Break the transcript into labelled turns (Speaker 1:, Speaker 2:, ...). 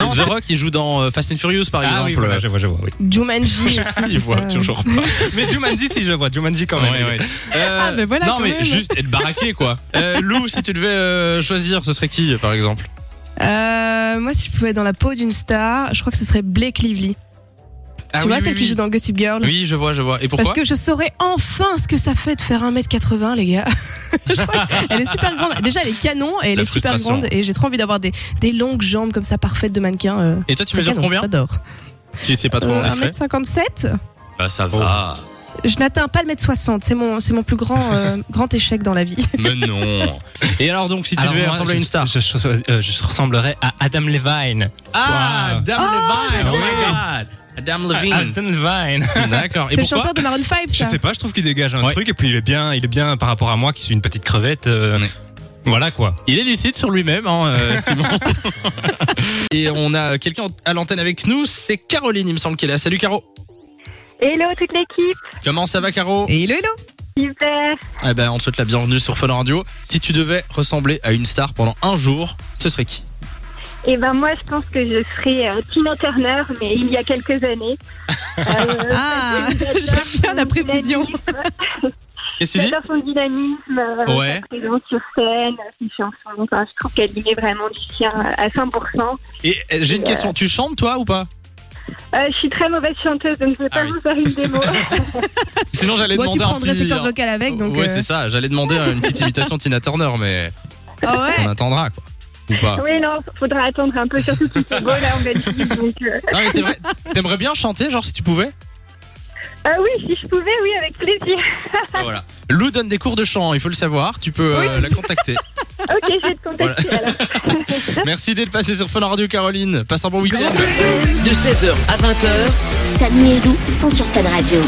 Speaker 1: The Rock, il joue dans euh, Fast and Furious, par
Speaker 2: Ah
Speaker 1: exemple. euh,
Speaker 2: oui, voilà, je vois, je vois. Oui.
Speaker 3: Jumanji aussi. tout
Speaker 2: Il voit
Speaker 3: ça.
Speaker 2: toujours pas. Mais Jumanji, si je vois, Jumanji quand même.
Speaker 1: Ouais, ouais. Euh,
Speaker 3: Ah, mais voilà,
Speaker 1: non
Speaker 3: quand
Speaker 1: mais
Speaker 3: même.
Speaker 1: juste être baraqué quoi. Euh, Lou, si tu devais euh, choisir, ce serait qui par exemple
Speaker 3: Euh, moi, si je pouvais être dans la peau d'une star, je crois que ce serait Blake Lively.
Speaker 1: Ah
Speaker 3: tu
Speaker 1: oui,
Speaker 3: vois,
Speaker 1: oui,
Speaker 3: celle qui
Speaker 1: oui.
Speaker 3: joue dans Gossip Girl.
Speaker 1: Oui, je vois, je vois. Et pourquoi
Speaker 3: Parce que je saurais enfin ce que ça fait de faire 1m80, les gars. Je crois elle est super grande. Déjà, elle est canon et elle
Speaker 1: La
Speaker 3: est super
Speaker 1: frustration.
Speaker 3: grande. Et j'ai trop envie d'avoir des, des longues jambes comme ça, parfaites de mannequin. euh,
Speaker 1: Et toi, tu
Speaker 3: très
Speaker 1: mesures
Speaker 3: canon,
Speaker 1: combien
Speaker 3: J'adore.
Speaker 1: Tu sais pas trop
Speaker 3: Euh,
Speaker 1: discret
Speaker 3: 1m57
Speaker 1: Bah ça va.
Speaker 3: Je n'atteins pas le mètre 60. C'est mon, c'est mon plus grand, euh, grand échec dans la vie.
Speaker 1: Mais non. Et alors donc, si tu
Speaker 2: Alors
Speaker 1: devais
Speaker 2: moi,
Speaker 1: ressembler à une
Speaker 2: je-
Speaker 1: star
Speaker 2: Je, je- euh, je ressemblerais à Adam Levine. Wow.
Speaker 1: Ah, Adam
Speaker 3: Oh,
Speaker 1: Levine. Oh
Speaker 2: j'adore.
Speaker 1: Adam
Speaker 2: Adam Levine.
Speaker 1: Ah, D'accord. Et
Speaker 3: C'est le
Speaker 1: pourquoi
Speaker 3: chanteur de Maroon 5,
Speaker 2: Je
Speaker 3: ça.
Speaker 2: sais pas, je trouve qu'il dégage un
Speaker 1: Ouais.
Speaker 2: truc et puis il est bien, il est bien par rapport à moi qui suis une petite crevette. euh,
Speaker 1: Ouais.
Speaker 2: Voilà quoi.
Speaker 1: Il est lucide sur lui-même, hein, euh, Simon. Et on a quelqu'un à l'antenne avec nous, c'est Caroline, il me semble qu'elle est là. Salut Caro.
Speaker 4: Hello toute l'équipe,
Speaker 1: Comment ça va Caro
Speaker 3: Hello, hello.
Speaker 4: super.
Speaker 1: Eh ben, on te souhaite la bienvenue sur Fun Radio. Si tu devais ressembler à une star pendant un jour, ce serait qui
Speaker 4: Et ben moi je pense que je serai euh, Tina Turner, mais il y a quelques années. Euh,
Speaker 3: Ah, j'aime bien la précision.
Speaker 1: Qu'est-ce que tu dis
Speaker 4: J'adore son dynamisme, euh,
Speaker 1: Ouais.
Speaker 4: sa présence sur scène, euh, ses chansons. Enfin, je trouve qu'elle y est vraiment du sien à 100%.
Speaker 1: Et euh, j'ai une question, tu chantes toi ou pas
Speaker 4: Euh, je suis très mauvaise chanteuse, donc je vais
Speaker 1: Ah
Speaker 4: pas
Speaker 1: oui. Oh.
Speaker 4: vous faire une démo.
Speaker 1: Sinon j'allais
Speaker 3: Moi, tu
Speaker 1: demander un
Speaker 3: prendrais
Speaker 1: petit... Oh,
Speaker 3: ses cordes vocales avec, donc.
Speaker 1: ouais,
Speaker 3: euh,
Speaker 1: c'est ça, j'allais demander une petite imitation de Tina Turner mais
Speaker 3: Ah ouais.
Speaker 1: on attendra quoi. Ou pas.
Speaker 4: oui, non, faudra attendre un peu, surtout qu'il fait beau là en Belgique. Donc, euh,
Speaker 1: Non mais c'est vrai, t'aimerais bien chanter genre si tu pouvais
Speaker 4: Ah oui, si je pouvais, oui, avec plaisir.
Speaker 1: Ah, Voilà. Lou donne des cours de chant, il faut le savoir, tu peux euh, la contacter.
Speaker 4: Ok, je vais te contacter alors.
Speaker 1: Merci d'être passé sur Fun Radio Caroline. Passe un bon week-end.
Speaker 5: De 16h à 20h,
Speaker 6: Samy et Lou sont sur Fan Radio.